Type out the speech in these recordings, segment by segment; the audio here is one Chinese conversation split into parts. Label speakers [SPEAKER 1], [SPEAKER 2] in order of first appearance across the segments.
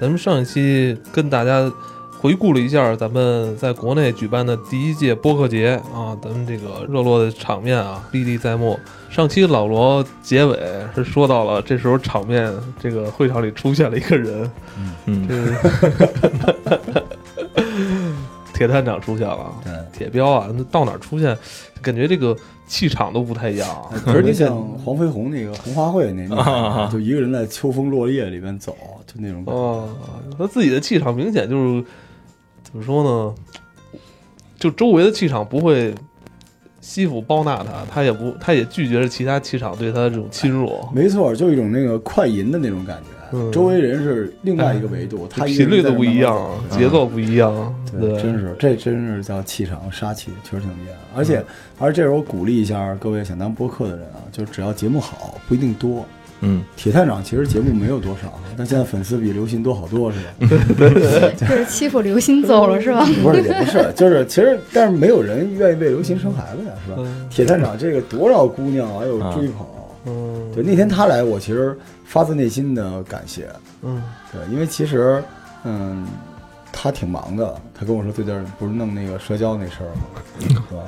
[SPEAKER 1] 咱们上一期跟大家回顾了一下咱们在国内举办的第一届播客节啊，咱们这个热络的场面啊，历历在目。上期老罗结尾是说到了，这时候场面这个会场里出现了一个人，
[SPEAKER 2] 嗯，
[SPEAKER 1] 这是铁探长出现了啊，
[SPEAKER 2] 对。
[SPEAKER 1] 铁彪啊，那到哪儿出现，感觉这个气场都不太一样啊。
[SPEAKER 3] 可是你想黄飞鸿那个红花会 那那，就一个人在秋风落叶里边走，就那种感觉。
[SPEAKER 1] 哦，他自己的气场明显就是怎么说呢？就周围的气场不会吸附包纳他，他也不，他也拒绝了其他气场对他的这种侵入。
[SPEAKER 3] 没错，就一种那个快银的那种感
[SPEAKER 1] 哦嗯
[SPEAKER 3] 觉，周围人是另外一个维度，他一个
[SPEAKER 1] 频
[SPEAKER 3] 人
[SPEAKER 1] 率
[SPEAKER 3] 在
[SPEAKER 1] 都
[SPEAKER 3] 那
[SPEAKER 1] 不一
[SPEAKER 3] 慢慢
[SPEAKER 1] 样啊嗯
[SPEAKER 3] 走，
[SPEAKER 1] 节奏不一样，
[SPEAKER 3] 对，真是这真是叫气场杀气，确实挺厉害的。而
[SPEAKER 1] 嗯
[SPEAKER 3] 且，而且这时候鼓励一下各位想当播客的人啊，就是只要节目好，不一定多。
[SPEAKER 2] 嗯，
[SPEAKER 3] 铁探长其实节目没有多少，但现在粉丝比刘鑫多好 多是吧？
[SPEAKER 4] 就是欺负刘鑫走了是吧？
[SPEAKER 3] 不是，也不是，就是其实，但是没有人愿意为刘鑫生孩子呀，是吧？
[SPEAKER 1] 嗯
[SPEAKER 3] 铁探长这个多少姑娘啊还有追捧，
[SPEAKER 1] 嗯
[SPEAKER 3] 对，那天他来，我其实发自内心的感谢，
[SPEAKER 1] 嗯
[SPEAKER 3] 对，因为其实，嗯，他挺忙的，他跟我说最近不是弄那个社交那事儿吗？是吧？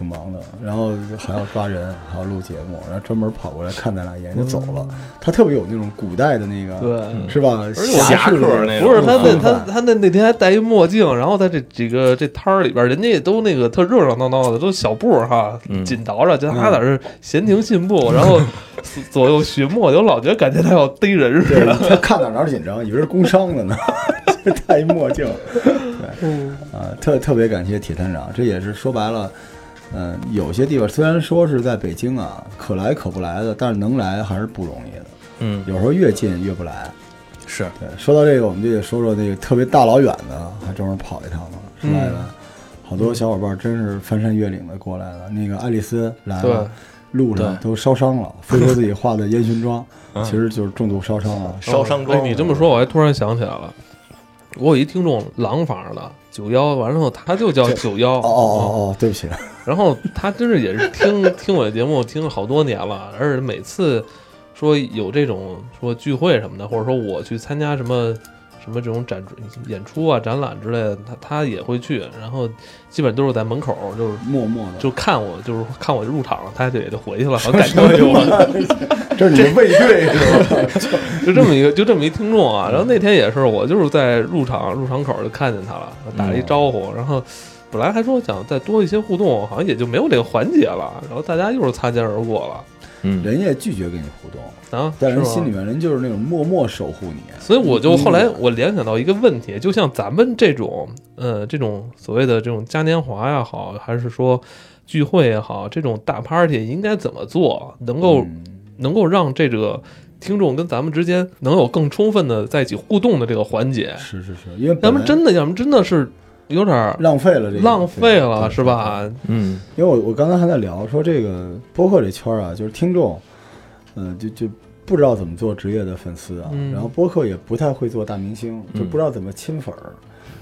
[SPEAKER 3] 挺忙的，然后还要抓人，还要录节目，然后专门跑过来看咱俩一眼就走了。他特别有那种古代的那个，
[SPEAKER 1] 对。
[SPEAKER 3] 是吧？
[SPEAKER 1] 而且我
[SPEAKER 3] 侠士的
[SPEAKER 2] 侠客那
[SPEAKER 3] 那种
[SPEAKER 2] 种
[SPEAKER 1] 不是他那
[SPEAKER 3] 风
[SPEAKER 1] 他
[SPEAKER 3] 范
[SPEAKER 1] 他那那天还戴一墨镜，然后在这几个这摊儿里边，人家也都那个特热热闹闹的，都小步儿哈
[SPEAKER 2] 嗯，
[SPEAKER 1] 紧倒着，就他在这儿闲庭信步，然后 左左右寻摸，就老觉得感觉他要逮人似
[SPEAKER 3] 对，
[SPEAKER 1] 的。
[SPEAKER 3] 他看哪儿哪儿紧张，以为是工伤 的呢，这戴一墨镜。
[SPEAKER 1] 嗯
[SPEAKER 3] 啊，特特别感谢铁探长，这也是说白了，嗯、有些地方虽然说是在北京啊，可来可不来的，但是能来还是不容易的。
[SPEAKER 2] 嗯，
[SPEAKER 3] 有时候越近越不来。
[SPEAKER 2] 是，
[SPEAKER 3] 对，说到这个，我们就得说说那个特别大老远的，还专门跑一趟呢，是来了。
[SPEAKER 1] 嗯
[SPEAKER 3] 好多小伙伴真是翻山越岭的过来了。那个爱丽丝来
[SPEAKER 1] 对
[SPEAKER 3] 了，路上
[SPEAKER 2] 对
[SPEAKER 3] 都烧伤了，非说自己化的烟熏妆，其实就是重度烧伤了。
[SPEAKER 2] 烧伤
[SPEAKER 1] 哎
[SPEAKER 2] 妆，
[SPEAKER 1] 你这么说，我还突然想起来了，我有一听众廊坊的九幺，完了后他就叫九幺。嗯
[SPEAKER 3] 哦哦哦哦，对不起，
[SPEAKER 1] 然后他真是也是听 听我的节目听了好多年了，而且每次说有这种说聚会什么的，或者说我去参加什么什么这种展演出啊、展览之类的，他他也会去，然后基本都是在门口就是。
[SPEAKER 3] 默默的，
[SPEAKER 1] 就看我，就是看我入场了，他就也就回去了，好像感觉有了。
[SPEAKER 3] 这是你的卫队是吧？
[SPEAKER 1] 就这么一个，就这么一听众啊。然后那天也是，我就是在入场入场口就看见他了，打
[SPEAKER 3] 嗯
[SPEAKER 1] 了一招呼，然后本来还说想再多一些互动，好像也就没有这个环节了。然后大家又是擦肩而过了
[SPEAKER 2] 嗯，
[SPEAKER 3] 人家拒绝跟你互动，
[SPEAKER 1] 啊，
[SPEAKER 3] 在人
[SPEAKER 1] 是吗
[SPEAKER 3] 心里啊面，人就是那种默默守护你。嗯
[SPEAKER 1] 所以我就后来我联想到一个问题，就像咱们这种呃这种所谓的这种嘉年华也好，还是说聚会也好，这种大 party 应该怎么做，能够
[SPEAKER 3] 嗯
[SPEAKER 1] 能够让这个听众跟咱们之间能有更充分的在一起互动的这个环节？
[SPEAKER 3] 是是是，因
[SPEAKER 1] 要
[SPEAKER 3] 为本
[SPEAKER 1] 不然
[SPEAKER 3] 来
[SPEAKER 1] 真的，要不然真的是有点儿
[SPEAKER 3] 浪费了这个，
[SPEAKER 1] 浪费
[SPEAKER 3] 对
[SPEAKER 1] 了，
[SPEAKER 3] 对
[SPEAKER 1] 是吧？
[SPEAKER 2] 嗯，
[SPEAKER 3] 因为我我刚才还在聊说这个播客这圈儿啊，就是听众，嗯，就就不知道怎么做职业的粉丝啊，
[SPEAKER 1] 嗯
[SPEAKER 3] 然后播客也不太会做大明星，就不知道怎么亲粉儿，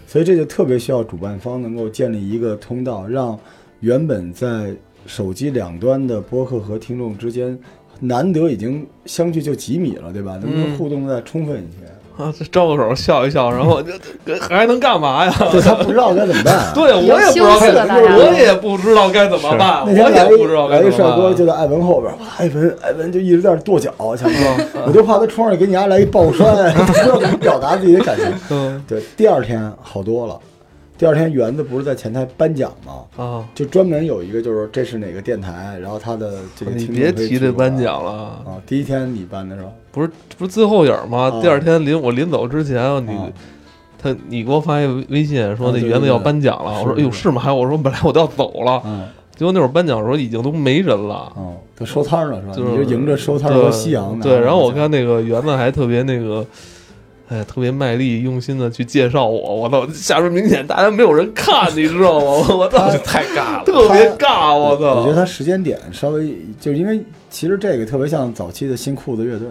[SPEAKER 3] 所以这就特别需要主办方能够建立一个通道，让原本在手机两端的播客和听众之间，难得已经相距就几米了，对吧？能不
[SPEAKER 1] 嗯
[SPEAKER 3] 能互动再充分一些？
[SPEAKER 1] 啊，这招个手笑一笑，然后这这还能干嘛呀？
[SPEAKER 3] 就他不知道该怎么办。啊
[SPEAKER 1] 对我也不知道
[SPEAKER 4] 羞涩
[SPEAKER 1] 该，
[SPEAKER 4] 大家
[SPEAKER 1] 我也不知道该怎么办，啊我
[SPEAKER 3] 那天
[SPEAKER 1] 也
[SPEAKER 3] 来一
[SPEAKER 1] 不知道
[SPEAKER 3] 来
[SPEAKER 1] 该
[SPEAKER 3] 一
[SPEAKER 1] 怎
[SPEAKER 3] 帅哥
[SPEAKER 1] 么
[SPEAKER 3] 就
[SPEAKER 1] 办。
[SPEAKER 3] 在艾文后边，哇，艾文艾文就一直在那儿跺脚，强
[SPEAKER 1] 嗯
[SPEAKER 3] 哥，我就怕他冲上去给你家来一抱摔， 不知道怎么表达自己的感情。
[SPEAKER 1] 嗯
[SPEAKER 3] 对，第二天好多了，第二天园子不是在前台颁奖吗？
[SPEAKER 1] 啊，
[SPEAKER 3] 就专门有一个，就是这是哪个电台，然后他的这个
[SPEAKER 1] 你
[SPEAKER 3] 听众
[SPEAKER 1] 别
[SPEAKER 3] 可
[SPEAKER 1] 提
[SPEAKER 3] 以举
[SPEAKER 1] 这
[SPEAKER 3] 手
[SPEAKER 1] 颁
[SPEAKER 3] 啊
[SPEAKER 1] 奖了，
[SPEAKER 3] 啊！第一天你颁的是吧？
[SPEAKER 1] 不是不是最后影儿吗？
[SPEAKER 3] 啊
[SPEAKER 1] 第二天临我临走之前，
[SPEAKER 3] 啊
[SPEAKER 1] 你他你给我发一微信说
[SPEAKER 3] 啊
[SPEAKER 1] 那
[SPEAKER 3] 对
[SPEAKER 1] 园子
[SPEAKER 3] 对
[SPEAKER 1] 要
[SPEAKER 3] 对
[SPEAKER 1] 颁奖了，
[SPEAKER 3] 是
[SPEAKER 1] 我说哎
[SPEAKER 3] 是
[SPEAKER 1] 呦
[SPEAKER 3] 是
[SPEAKER 1] 是吗？还有我说本来我都要走了，
[SPEAKER 3] 嗯
[SPEAKER 1] 结果那会儿颁奖的时候已经都没人了。
[SPEAKER 3] 嗯，他收摊儿了是吧？
[SPEAKER 1] 就是
[SPEAKER 3] 你就迎着收摊儿和夕阳拿
[SPEAKER 1] 对。对，然后我
[SPEAKER 3] 奖
[SPEAKER 1] 看那个园子还特别那个，哎，特别卖力、用心的去介绍我，我操，下边明显大家没有人看，你知道吗？ 我操，
[SPEAKER 2] 太尬了，
[SPEAKER 1] 特别尬，我
[SPEAKER 3] 我觉得
[SPEAKER 1] 操。
[SPEAKER 3] 他时间点稍微，就是因为其实这个特别像早期的新裤子乐队。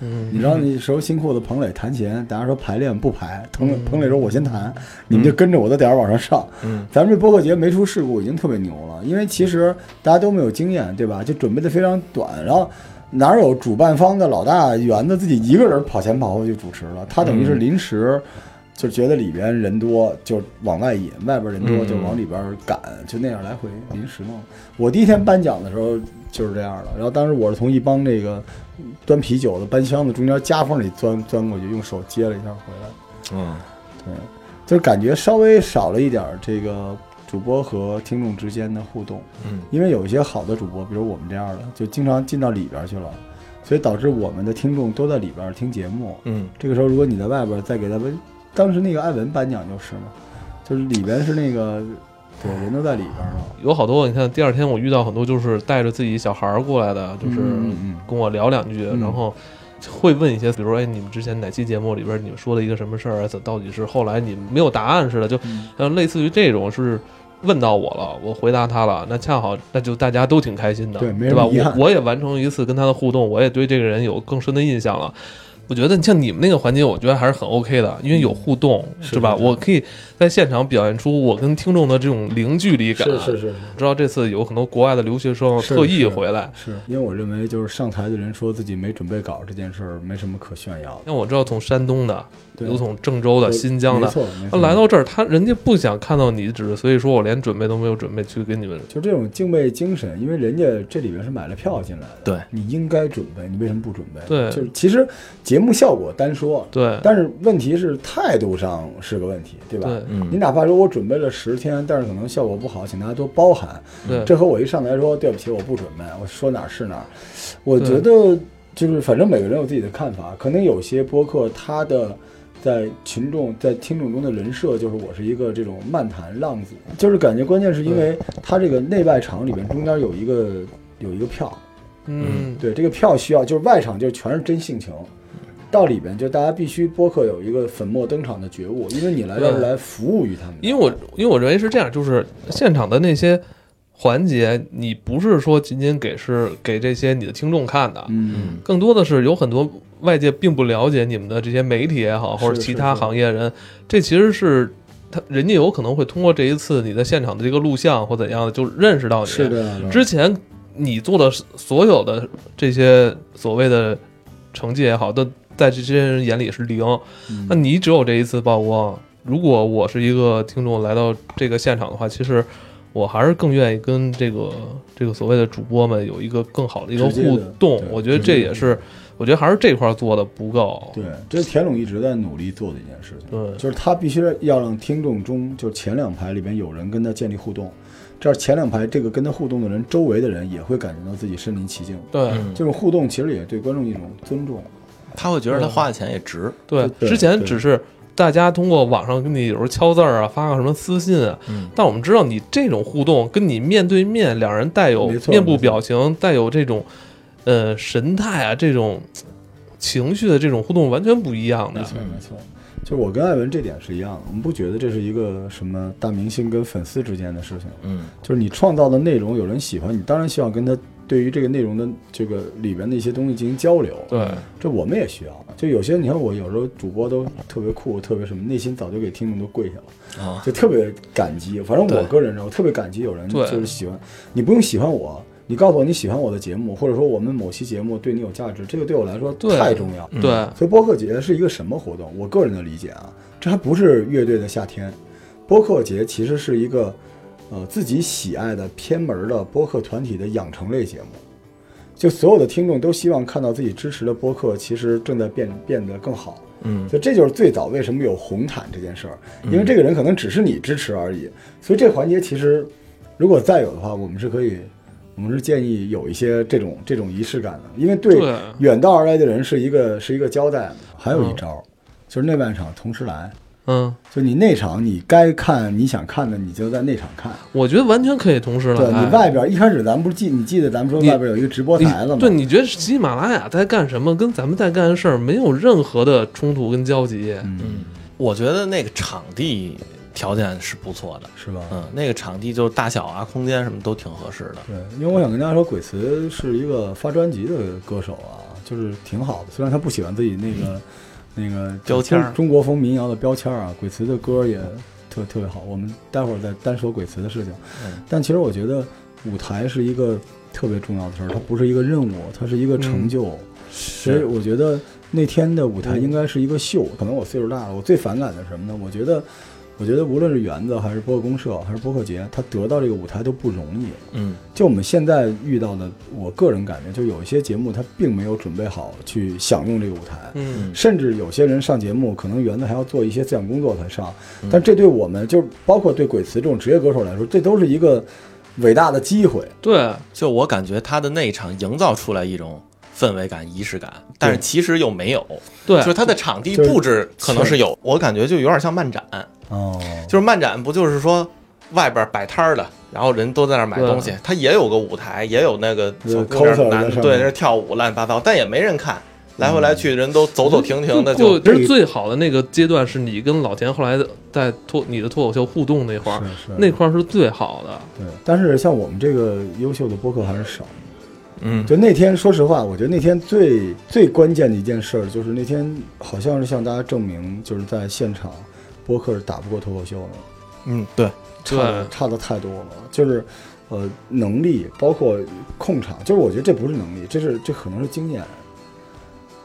[SPEAKER 1] 嗯，
[SPEAKER 3] 你知道那时候新裤子彭磊弹琴，大家说排练不排，彭磊
[SPEAKER 1] 嗯
[SPEAKER 3] 彭磊说我先弹，你们就跟着我的点儿往上上。
[SPEAKER 2] 嗯，
[SPEAKER 3] 咱们这播客节没出事故已经特别牛了，因为其实大家都没有经验，对吧？就准备的非常短，然后哪有主办方的老大圆子自己一个人跑前跑后去主持了？他等于
[SPEAKER 1] 嗯
[SPEAKER 3] 是临时就觉得里边人多就往外引，外边人多就往里边赶，就那样来回临时弄。我第一天颁奖的时候就是这样的，然后当时我是从一帮这个端啤酒的搬箱子中间夹缝里钻钻过去，用手接了一下回来。
[SPEAKER 2] 嗯，
[SPEAKER 3] 对，就是感觉稍微少了一点儿这个主播和听众之间的互动。
[SPEAKER 2] 嗯，
[SPEAKER 3] 因为有一些好的主播，比如我们这样的，就经常进到里边儿去了，所以导致我们的听众都在里边儿听节目。
[SPEAKER 2] 嗯，
[SPEAKER 3] 这个时候，如果你在外边儿再给他们，当时那个艾文颁奖就是嘛，就是里边是那个，对，人都在里边儿了。
[SPEAKER 1] 有好多，你看第二天我遇到很多就是带着自己小孩儿过来的，就是
[SPEAKER 3] 嗯嗯嗯
[SPEAKER 1] 跟我聊两句，
[SPEAKER 3] 嗯
[SPEAKER 1] 然后会问一些，比如说哎，你们之前哪期节目里边你们说的一个什么事儿，啊怎到底是后来你们没有答案似的，就
[SPEAKER 3] 嗯
[SPEAKER 1] 像类似于这种是。问到我了，我回答他了，那恰好那就大家都挺开心的，
[SPEAKER 3] 对
[SPEAKER 1] 对
[SPEAKER 3] 没什么
[SPEAKER 1] 吧？
[SPEAKER 3] 遗憾
[SPEAKER 1] 我我也完成一次跟他的互动，我也对这个人有更深的印象了。我觉得像你们那个环节，我觉得还是很 OK 的，因为有互动，
[SPEAKER 3] 嗯是
[SPEAKER 1] 吧？
[SPEAKER 3] 是是
[SPEAKER 1] 我可以在现场表现出我跟听众的这种零距离感，
[SPEAKER 3] 是
[SPEAKER 1] 知道这次有很多国外的留学生
[SPEAKER 3] 是
[SPEAKER 1] 特意回来。
[SPEAKER 3] 是，因为我认为就是上台的人说自己没准备稿这件事儿没什么可炫耀的。
[SPEAKER 1] 像我知道从山东的，
[SPEAKER 3] 对
[SPEAKER 1] 有从郑州的、
[SPEAKER 3] 对
[SPEAKER 1] 新疆
[SPEAKER 3] 没
[SPEAKER 1] 的，
[SPEAKER 3] 错，没
[SPEAKER 1] 他
[SPEAKER 3] 错。
[SPEAKER 1] 来到这儿，他人家不想看到你只，所以说我连准备都没有准备去跟你们。
[SPEAKER 3] 就这种敬畏精神，因为人家这里边是买了票进来的，
[SPEAKER 2] 对
[SPEAKER 3] 你应该准备，你为什么不准备？
[SPEAKER 1] 对
[SPEAKER 3] 就是其实节目效果单说，
[SPEAKER 1] 对
[SPEAKER 3] 但是问题是态度上是个问题，对吧？
[SPEAKER 1] 对
[SPEAKER 2] 嗯
[SPEAKER 3] 你哪怕说我准备了十天，但是可能效果不好，请大家多包涵。
[SPEAKER 1] 对，
[SPEAKER 3] 这和我一上台说对不起，我不准备，我说哪儿是哪儿，我觉得就是反正每个人有自己的看法，可能有些播客他的。在群众在听众中的人设就是我是一个这种漫谈浪子，就是感觉关键是因为他这个内外场里面中间有一个有一个票，
[SPEAKER 1] 嗯，
[SPEAKER 3] 对，这个票需要就是外场就全是真性情，到里边就大家必须播客有一个粉墨登场的觉悟，因为你来这儿
[SPEAKER 1] 对
[SPEAKER 3] 来服务于他们的，
[SPEAKER 1] 因为我因为我认为是这样，就是现场的那些环节，你不是说仅仅给是给这些你的听众看的，
[SPEAKER 3] 嗯
[SPEAKER 2] 嗯
[SPEAKER 1] 更多的是有很多外界并不了解你们的这些媒体也好，
[SPEAKER 3] 是
[SPEAKER 1] 或者其他
[SPEAKER 3] 是是
[SPEAKER 1] 行业人，这其实是他人家有可能会通过这一次你在现场的这个录像或怎样的，就认识到你。
[SPEAKER 3] 是这样的，
[SPEAKER 1] 之前你做的所有的这些所谓的成绩也好，都在这些人眼里是零。
[SPEAKER 3] 嗯
[SPEAKER 1] 那你只有这一次曝光。如果我是一个听众来到这个现场的话，其实我还是更愿意跟这个这个所谓的主播们有一个更好的一个
[SPEAKER 3] 直接的
[SPEAKER 1] 互动
[SPEAKER 3] 对。
[SPEAKER 1] 我觉得
[SPEAKER 3] 直
[SPEAKER 1] 这
[SPEAKER 3] 接的
[SPEAKER 1] 也是，我觉得还是这块儿做的不够。
[SPEAKER 3] 对，这是田总一直在努力做的一件事情，
[SPEAKER 1] 对
[SPEAKER 3] 就是他必须要让听众中，就是前两排里边有人跟他建立互动，这样前两排这个跟他互动的人，周围的人也会感觉到自己身临其境。
[SPEAKER 1] 对
[SPEAKER 2] 嗯
[SPEAKER 3] 这种互动其实也对观众一种尊重，
[SPEAKER 2] 他会觉得他花的钱也值，
[SPEAKER 1] 对，
[SPEAKER 3] 对
[SPEAKER 1] 之前
[SPEAKER 3] 对
[SPEAKER 1] 只是大家通过网上跟你有时候敲字儿啊，发个什么私信啊，
[SPEAKER 2] 嗯
[SPEAKER 1] 但我们知道你这种互动跟你面对面，两人带有
[SPEAKER 3] 没错
[SPEAKER 1] 面部
[SPEAKER 3] 没错
[SPEAKER 1] 表情，带有这种呃神态啊，这种情绪的这种互动完全不一样的。
[SPEAKER 3] 没错。就是我跟艾文这点是一样的，我们不觉得这是一个什么大明星跟粉丝之间的事情，
[SPEAKER 2] 嗯
[SPEAKER 3] 就是你创造的内容有人喜欢，你当然希望跟他对于这个内容的这个里边的一些东西进行交流。
[SPEAKER 1] 对，
[SPEAKER 3] 这我们也需要。就有些你看，我有时候主播都特别酷，特别什么，内心早就给听众都跪下了，
[SPEAKER 2] 啊，
[SPEAKER 3] 就特别感激。反正我
[SPEAKER 2] 对
[SPEAKER 3] 个人是，我特别感激有人就
[SPEAKER 1] 对
[SPEAKER 3] 是喜欢你，不用喜欢我，你告诉我你喜欢我的节目，或者说我们某期节目对你有价值，这个对我来说
[SPEAKER 1] 对嗯
[SPEAKER 3] 太重要。
[SPEAKER 1] 对，
[SPEAKER 3] 所以播客节是一个什么活动？我个人的理解啊，这还不是乐队的夏天，播客节其实是一个，呃，自己喜爱的偏门的播客团体的养成类节目。就所有的听众都希望看到自己支持的播客，其实正在变变得更好。
[SPEAKER 2] 嗯
[SPEAKER 3] 所以这就是最早为什么有红毯这件事儿，因为这个人可能只是你支持而已。所以这环节其实，如果再有的话，我们是可以，我们是建议有一些这种这种仪式感的，因为对
[SPEAKER 1] 对
[SPEAKER 3] 远道而来的人是一个是一个交代。还有一招，就是内半场同时来，
[SPEAKER 1] 嗯，
[SPEAKER 3] 就你内场你该看你想看的，你就在内场看。
[SPEAKER 1] 我觉得完全可以同时来。
[SPEAKER 3] 对你外边一开始咱们不是记你记得咱们说
[SPEAKER 1] 哎你
[SPEAKER 3] 外边有一个直播
[SPEAKER 1] 你
[SPEAKER 3] 台了吗？
[SPEAKER 1] 对，你觉得喜马拉雅在干什么，跟咱们在干的事儿没有任何的冲突跟交集。
[SPEAKER 2] 嗯，我觉得那个场地条件是不错的，
[SPEAKER 3] 是吧？
[SPEAKER 2] 嗯，那个场地就是大小啊、空间什么都挺合适的，
[SPEAKER 3] 对，因为我想跟大家说，鬼词是一个发专辑的歌手啊，就是挺好的。虽然他不喜欢自己那个、那个
[SPEAKER 2] 标签儿
[SPEAKER 3] 中中国风民谣的标签儿啊，鬼词的歌也特特别好。我们待会儿再单说鬼词的事情，
[SPEAKER 2] 嗯
[SPEAKER 3] 但其实我觉得舞台是一个特别重要的事儿，它不是一个任务，它是一个
[SPEAKER 2] 嗯
[SPEAKER 3] 成就。所以我觉得那天的舞台应该是一个秀。可能我岁数大了，我最反感的是什么呢？我觉得，我觉得无论是园子还是播客公社还是播客节，他得到这个舞台都不容易。
[SPEAKER 2] 嗯
[SPEAKER 3] 就我们现在遇到的，我个人感觉，就有一些节目它并没有准备好去享用这个舞台。
[SPEAKER 1] 嗯
[SPEAKER 3] 甚至有些人上节目，可能原来还要做一些思想工作才上，但这对我们，就是包括对鬼词这种职业歌手来说，这都是一个伟大的机会。
[SPEAKER 1] 对，
[SPEAKER 2] 就我感觉他的那一场营造出来一种氛围感、仪式感，但是其实又没有。
[SPEAKER 1] 对
[SPEAKER 2] 就是他的场地
[SPEAKER 3] 就是
[SPEAKER 2] 布置可能是有，我感觉就有点像漫展，
[SPEAKER 3] 哦，
[SPEAKER 2] 就是漫展不就是说外边摆摊儿的，然后人都在那儿买
[SPEAKER 1] 对
[SPEAKER 2] 东西，他也有个舞台，也有那个
[SPEAKER 3] 有
[SPEAKER 2] 小姑娘
[SPEAKER 3] coser 在
[SPEAKER 2] 男
[SPEAKER 3] 上
[SPEAKER 2] 对
[SPEAKER 3] 面
[SPEAKER 2] 那儿跳舞乱七八糟，但也没人看，来回来去人都走走停停的
[SPEAKER 3] 嗯
[SPEAKER 1] 就
[SPEAKER 2] 就。
[SPEAKER 1] 就就是最好的那个阶段是你跟老田后来在脱你的脱口秀互动那块儿，
[SPEAKER 3] 哦是是
[SPEAKER 1] 那块儿是最好的。
[SPEAKER 3] 对。但是像我们这个优秀的播客还是少。
[SPEAKER 2] 嗯，
[SPEAKER 3] 就那天，说实话，我觉得那天最最关键的一件事儿，就是那天好像是向大家证明，就是在现场播客是打不过脱口秀的。
[SPEAKER 2] 嗯，对，
[SPEAKER 3] 差的
[SPEAKER 1] 对
[SPEAKER 3] 差的太多了，就是呃能力，包括控场，就是我觉得这不是能力，这是这可能是经验。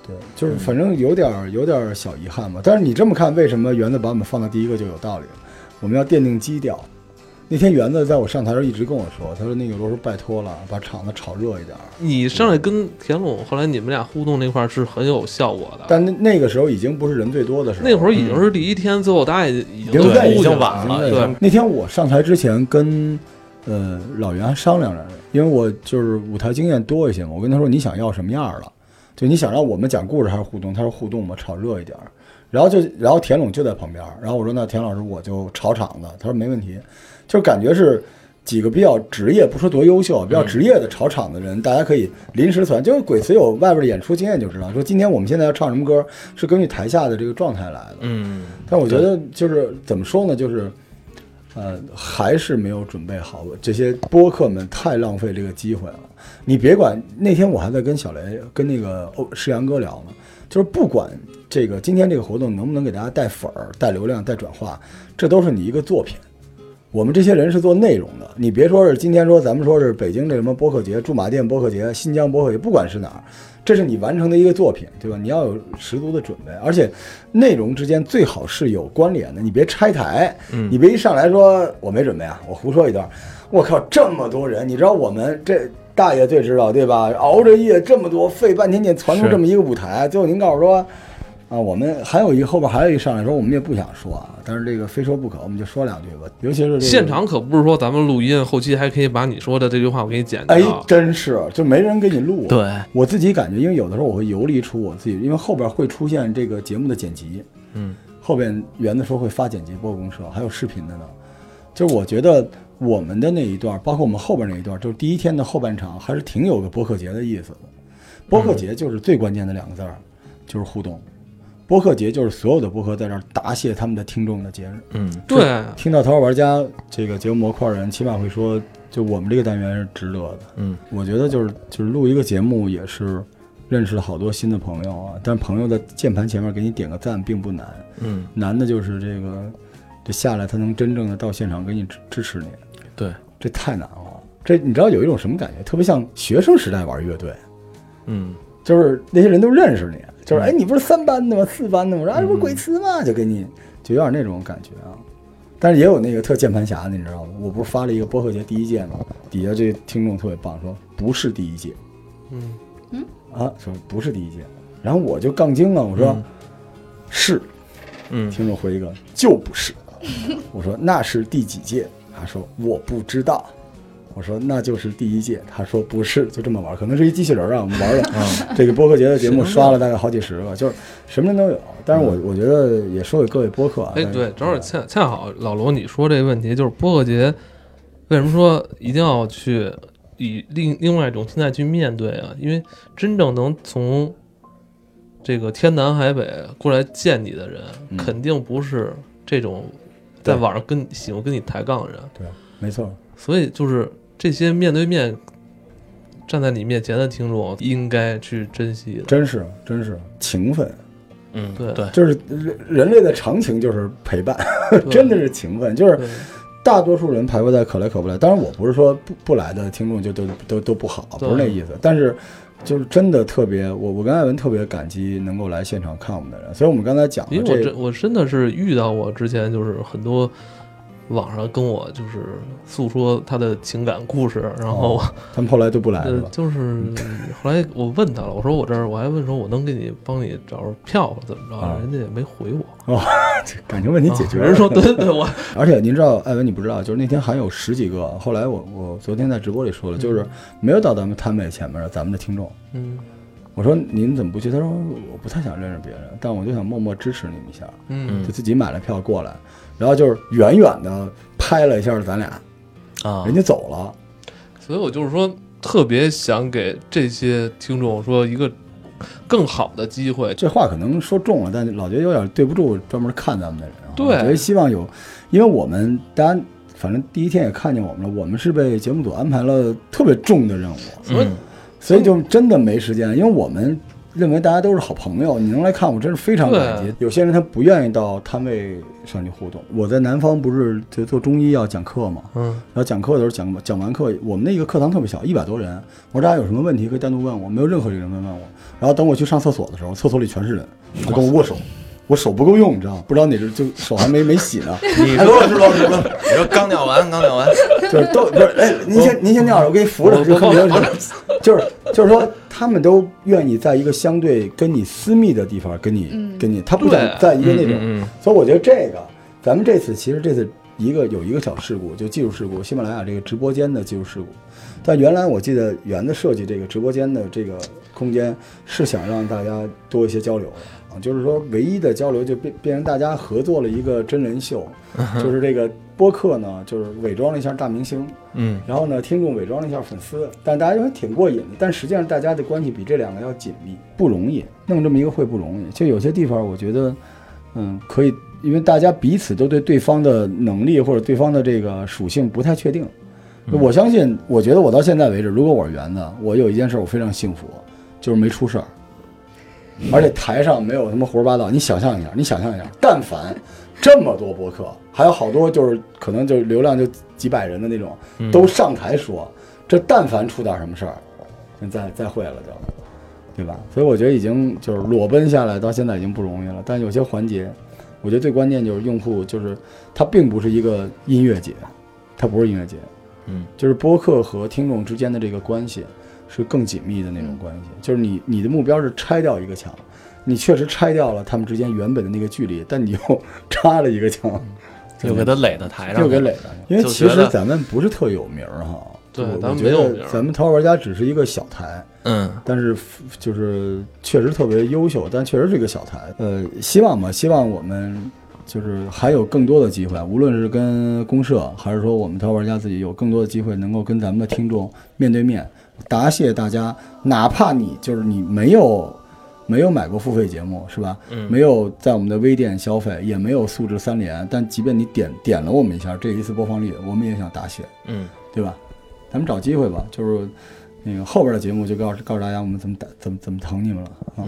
[SPEAKER 3] 对，
[SPEAKER 1] 嗯
[SPEAKER 3] 就是反正有点儿有点儿小遗憾吧。但是你这么看，为什么园子把我们放到第一个就有道理了？我们要奠定基调。那天园子在我上台的时候一直跟我说，他说那个罗叔拜托了，把场子炒热一点儿。
[SPEAKER 1] 你上来跟田龙，后来你们俩互动那块儿是很有效果的。
[SPEAKER 3] 但那那个时候已经不是人最多的时候，
[SPEAKER 1] 那会儿已经是第一天，最后大家也已经
[SPEAKER 3] 已经
[SPEAKER 1] 都
[SPEAKER 3] 在
[SPEAKER 1] 出
[SPEAKER 2] 已
[SPEAKER 1] 去
[SPEAKER 2] 经晚了，
[SPEAKER 3] 对
[SPEAKER 2] 已经
[SPEAKER 3] 那天我上台之前跟呃老袁还商量着，因为我就是舞台经验多一些嘛，我跟他说你想要什么样儿了，就你想让我们讲故事还是互动？他说互动嘛，炒热一点儿。然后就然后田总就在旁边儿，然后我说那田老师我就炒场子，他说没问题，就是感觉是。几个比较职业，不说多优秀，比较职业的炒场的人，大家可以临时团，就是鬼子有外边的演出经验就知道，说今天我们现在要唱什么歌，是根据台下的这个状态来的。
[SPEAKER 2] 嗯，
[SPEAKER 3] 但我觉得就是怎么说呢，就是，呃，还是没有准备好。这些播客们太浪费这个机会了。你别管那天我还在跟小雷、跟那个欧石阳哥聊呢，就是不管这个今天这个活动能不能给大家带粉儿、带流量、带转化，这都是你一个作品。我们这些人是做内容的，你别说是今天说咱们说是北京这什么播客节、驻马店播客节、新疆播客节，不管是哪儿，这是你完成的一个作品，对吧？你要有十足的准备，而且内容之间最好是有关联的，你别拆台，你别一上来说我没准备啊，我胡说一段，我靠，这么多人，你知道我们这大爷最知道对吧？熬着夜这么多，费半天劲攒出这么一个舞台，最后您告诉说。啊，我们还有一后边还有一上来说，我们也不想说啊，但是这个非说不可，我们就说两句吧。尤其是、这个、
[SPEAKER 1] 现场可不是说咱们录音后期还可以把你说的这句话我给你剪掉。
[SPEAKER 3] 哎，真是就没人给你录。
[SPEAKER 2] 对，
[SPEAKER 3] 我自己感觉，因为有的时候我会游离出我自己，因为后边会出现这个节目的剪辑，
[SPEAKER 2] 嗯，
[SPEAKER 3] 后边圆的时候会发剪辑播公社，还有视频的呢。就是我觉得我们的那一段，包括我们后边那一段，就是第一天的后半场，还是挺有个播客节的意思的。播客节就是最关键的两个字儿，就是互动。播客节就是所有的播客在这儿答谢他们的听众的节日。
[SPEAKER 2] 嗯，
[SPEAKER 1] 对，哎
[SPEAKER 3] 听到《头号玩家》这个节目模块的人，起码会说，就我们这个单元是值得的。
[SPEAKER 2] 嗯，
[SPEAKER 3] 我觉得就是就是录一个节目也是认识了好多新的朋友啊，但朋友在键盘前面给你点个赞并不难，
[SPEAKER 2] 嗯，
[SPEAKER 3] 难的就是这个这下来他能真正的到现场给你支支持你，
[SPEAKER 2] 对，
[SPEAKER 3] 这太难了。这你知道有一种什么感觉？特别像学生时代玩乐队，
[SPEAKER 2] 嗯，
[SPEAKER 3] 就是那些人都认识你，就是哎，你不是三班的吗？四班的吗？我说哎，不是鬼词吗？就给你就有点那种感觉啊。但是也有那个特键盘侠的，你知道吗？我不是发了一个播客节第一届吗？底下这听众特别棒，说不是第一届
[SPEAKER 1] 嗯，
[SPEAKER 3] 啊，说不是第一届。然后我就杠精了，我说、是，
[SPEAKER 2] 嗯
[SPEAKER 3] 听众回一个就不是。我说那是第几届？他说我不知道。我说那就是第一届。他说不是，就这么玩儿，可能是一机器人儿啊。我们玩了这个播客节的节目，刷了大概好几十个，就是什么人都有。但是我我觉得也说给各位播客啊，
[SPEAKER 1] 嗯哎，
[SPEAKER 3] 但是
[SPEAKER 1] 对，正好恰恰好老罗你说这个问题，就是播客节为什么说一定要去以另另外一种心态去面对啊？因为真正能从这个天南海北过来见你的人，
[SPEAKER 3] 嗯
[SPEAKER 1] 肯定不是这种在网上跟你喜欢跟你抬杠的人，
[SPEAKER 3] 对，没错，
[SPEAKER 1] 所以就是这些面对面站在你面前的听众，应该去珍惜的。
[SPEAKER 3] 真是真是情分，
[SPEAKER 2] 嗯，
[SPEAKER 1] 对
[SPEAKER 2] 对，
[SPEAKER 3] 就是人人类的常情就是陪伴，
[SPEAKER 1] 对
[SPEAKER 3] 真的是情分，就是
[SPEAKER 1] 对
[SPEAKER 3] 大多数人徘徊在可来可不来。当然，我不是说不不来的听众就都都都不好，不
[SPEAKER 1] 对
[SPEAKER 3] 是那意思。但是就是真的特别，我我跟艾文特别感激能够来现场看我们的人。所以我们刚才讲
[SPEAKER 1] 因
[SPEAKER 3] 的
[SPEAKER 1] 为我
[SPEAKER 3] 啊这
[SPEAKER 1] 真我真的是遇到我之前就是很多网上跟我就是诉说他的情感故事，然后、
[SPEAKER 3] 他们后来就不来
[SPEAKER 1] 呃
[SPEAKER 3] 了哦哎吧？嗯
[SPEAKER 1] 就是 后来我问他了，我说我这儿我还问说我能给你帮你找着票怎么着，
[SPEAKER 3] 啊
[SPEAKER 1] 人家也没回我，
[SPEAKER 3] 感情问题解决
[SPEAKER 1] 啊
[SPEAKER 3] 了。
[SPEAKER 1] 人说对对对， 我
[SPEAKER 3] 而且您知道，艾文，你不知道，就是那天还有十几个。后来我我昨天在直播里说了，就是没有到咱们摊位前面的咱们的听众。
[SPEAKER 1] 嗯
[SPEAKER 3] 我说您怎么不去？他说我不太想认识别人，但我就想默默支持你们一下，
[SPEAKER 1] 嗯
[SPEAKER 3] 就自己买了票过来，然后就是远远的拍了一下咱俩，
[SPEAKER 2] 啊
[SPEAKER 3] 人，家走了。
[SPEAKER 1] 所以我就是说特别想给这些听众说一个更好的机会，
[SPEAKER 3] 这话可能说重了，但老觉得有点对不住专门看咱们的人啊。
[SPEAKER 1] 对
[SPEAKER 3] 我觉得希望有，因为我们大家反正第一天也看见我们了，我们是被节目组安排了特别重的任务，
[SPEAKER 1] 所以
[SPEAKER 2] 嗯
[SPEAKER 3] 所以就真的没时间，因为我们认为大家都是好朋友，你能来看我真是非常感激。有些人他不愿意到摊位上去互动。我在南方不是就做中医要讲课嘛，
[SPEAKER 1] 嗯
[SPEAKER 3] 然后讲课的时候讲讲完课，我们那个课堂特别小，一百多人，我说大家有什么问题可以单独问我，没有任何一个人问问我。然后等我去上厕所的时候，厕所里全是人，就跟我握手。我手不够用，你知道吗？不知道哪只就手还没没洗呢。
[SPEAKER 2] 你
[SPEAKER 3] 哎罗
[SPEAKER 2] 说
[SPEAKER 3] 老师，罗老师，罗老师
[SPEAKER 2] 你说刚尿完，刚 尿完，
[SPEAKER 3] 就是都不是哎，您先您先尿着，我给你扶着，
[SPEAKER 1] 我
[SPEAKER 3] 这可能是就是就是说，他们都愿意在一个相对跟你私密的地方跟你、
[SPEAKER 4] 嗯
[SPEAKER 3] 跟你，他不想
[SPEAKER 1] 对
[SPEAKER 3] 在一个那种，
[SPEAKER 2] 嗯嗯
[SPEAKER 3] 所以我觉得这个咱们这次其实这次一个有一个小事故，就技术事故，喜马拉雅这个直播间的技术事故。但原来我记得原的设计，这个直播间的这个空间是想让大家多一些交流的啊，就是说唯一的交流就变变成大家合作了一个真人秀，就是这个播客呢，就是伪装了一下大明星，
[SPEAKER 2] 嗯
[SPEAKER 3] 然后呢，听众伪装了一下粉丝，但大家认为挺过瘾的。但实际上，大家的关系比这两个要紧密，不容易。弄这么一个会不容易，就有些地方我觉得，嗯，可以，因为大家彼此都对对方的能力或者对方的这个属性不太确定。我相信，我觉得我到现在为止，如果我是圆的，我有一件事我非常幸福，就是没出事儿，而且台上没有什么胡说八道。你想象一下，你想象一下，但凡这么多播客，还有好多就是可能就流量就几百人的那种，都上台说，这但凡出点什么事儿，那再再会了就，对吧？所以我觉得已经就是裸奔下来到现在已经不容易了，但有些环节，我觉得最关键就是用户就是它并不是一个音乐节，它不是音乐节，
[SPEAKER 2] 嗯，
[SPEAKER 3] 就是播客和听众之间的这个关系是更紧密的那种关系，就是你你的目标是拆掉一个墙，你确实拆掉了他们之间原本的那个距离，但你又插了一个
[SPEAKER 1] 嗯
[SPEAKER 3] 墙，
[SPEAKER 2] 又给他垒到台上，
[SPEAKER 3] 又给垒上。因为
[SPEAKER 2] 就
[SPEAKER 3] 其
[SPEAKER 2] 觉
[SPEAKER 3] 实
[SPEAKER 2] 得
[SPEAKER 3] 咱们不是特有名儿哈，
[SPEAKER 1] 对
[SPEAKER 3] 我
[SPEAKER 1] 咱
[SPEAKER 3] 我
[SPEAKER 1] 们没
[SPEAKER 3] 觉
[SPEAKER 1] 有
[SPEAKER 3] 得
[SPEAKER 1] 名儿
[SPEAKER 3] 咱们《桃花玩家》只是一个小台，
[SPEAKER 2] 嗯
[SPEAKER 3] 但是 f- 就是确实特别优秀，但确实是一个小台。呃，希望吧，希望我们就是还有更多的机会，无论是跟公社，还是说我们淘宝玩家自己，有更多的机会能够跟咱们的听众面对面。答谢大家，哪怕你就是你没有没有买过付费节目是吧？
[SPEAKER 2] 嗯
[SPEAKER 3] 没有在我们的微店消费，也没有素质三连，但即便你点点了我们一下，这一次播放率，我们也想答谢。
[SPEAKER 2] 嗯，
[SPEAKER 3] 对吧？咱们找机会吧，就是那个后边的节目就告诉告诉大家我们怎么打怎么怎么疼你们了啊！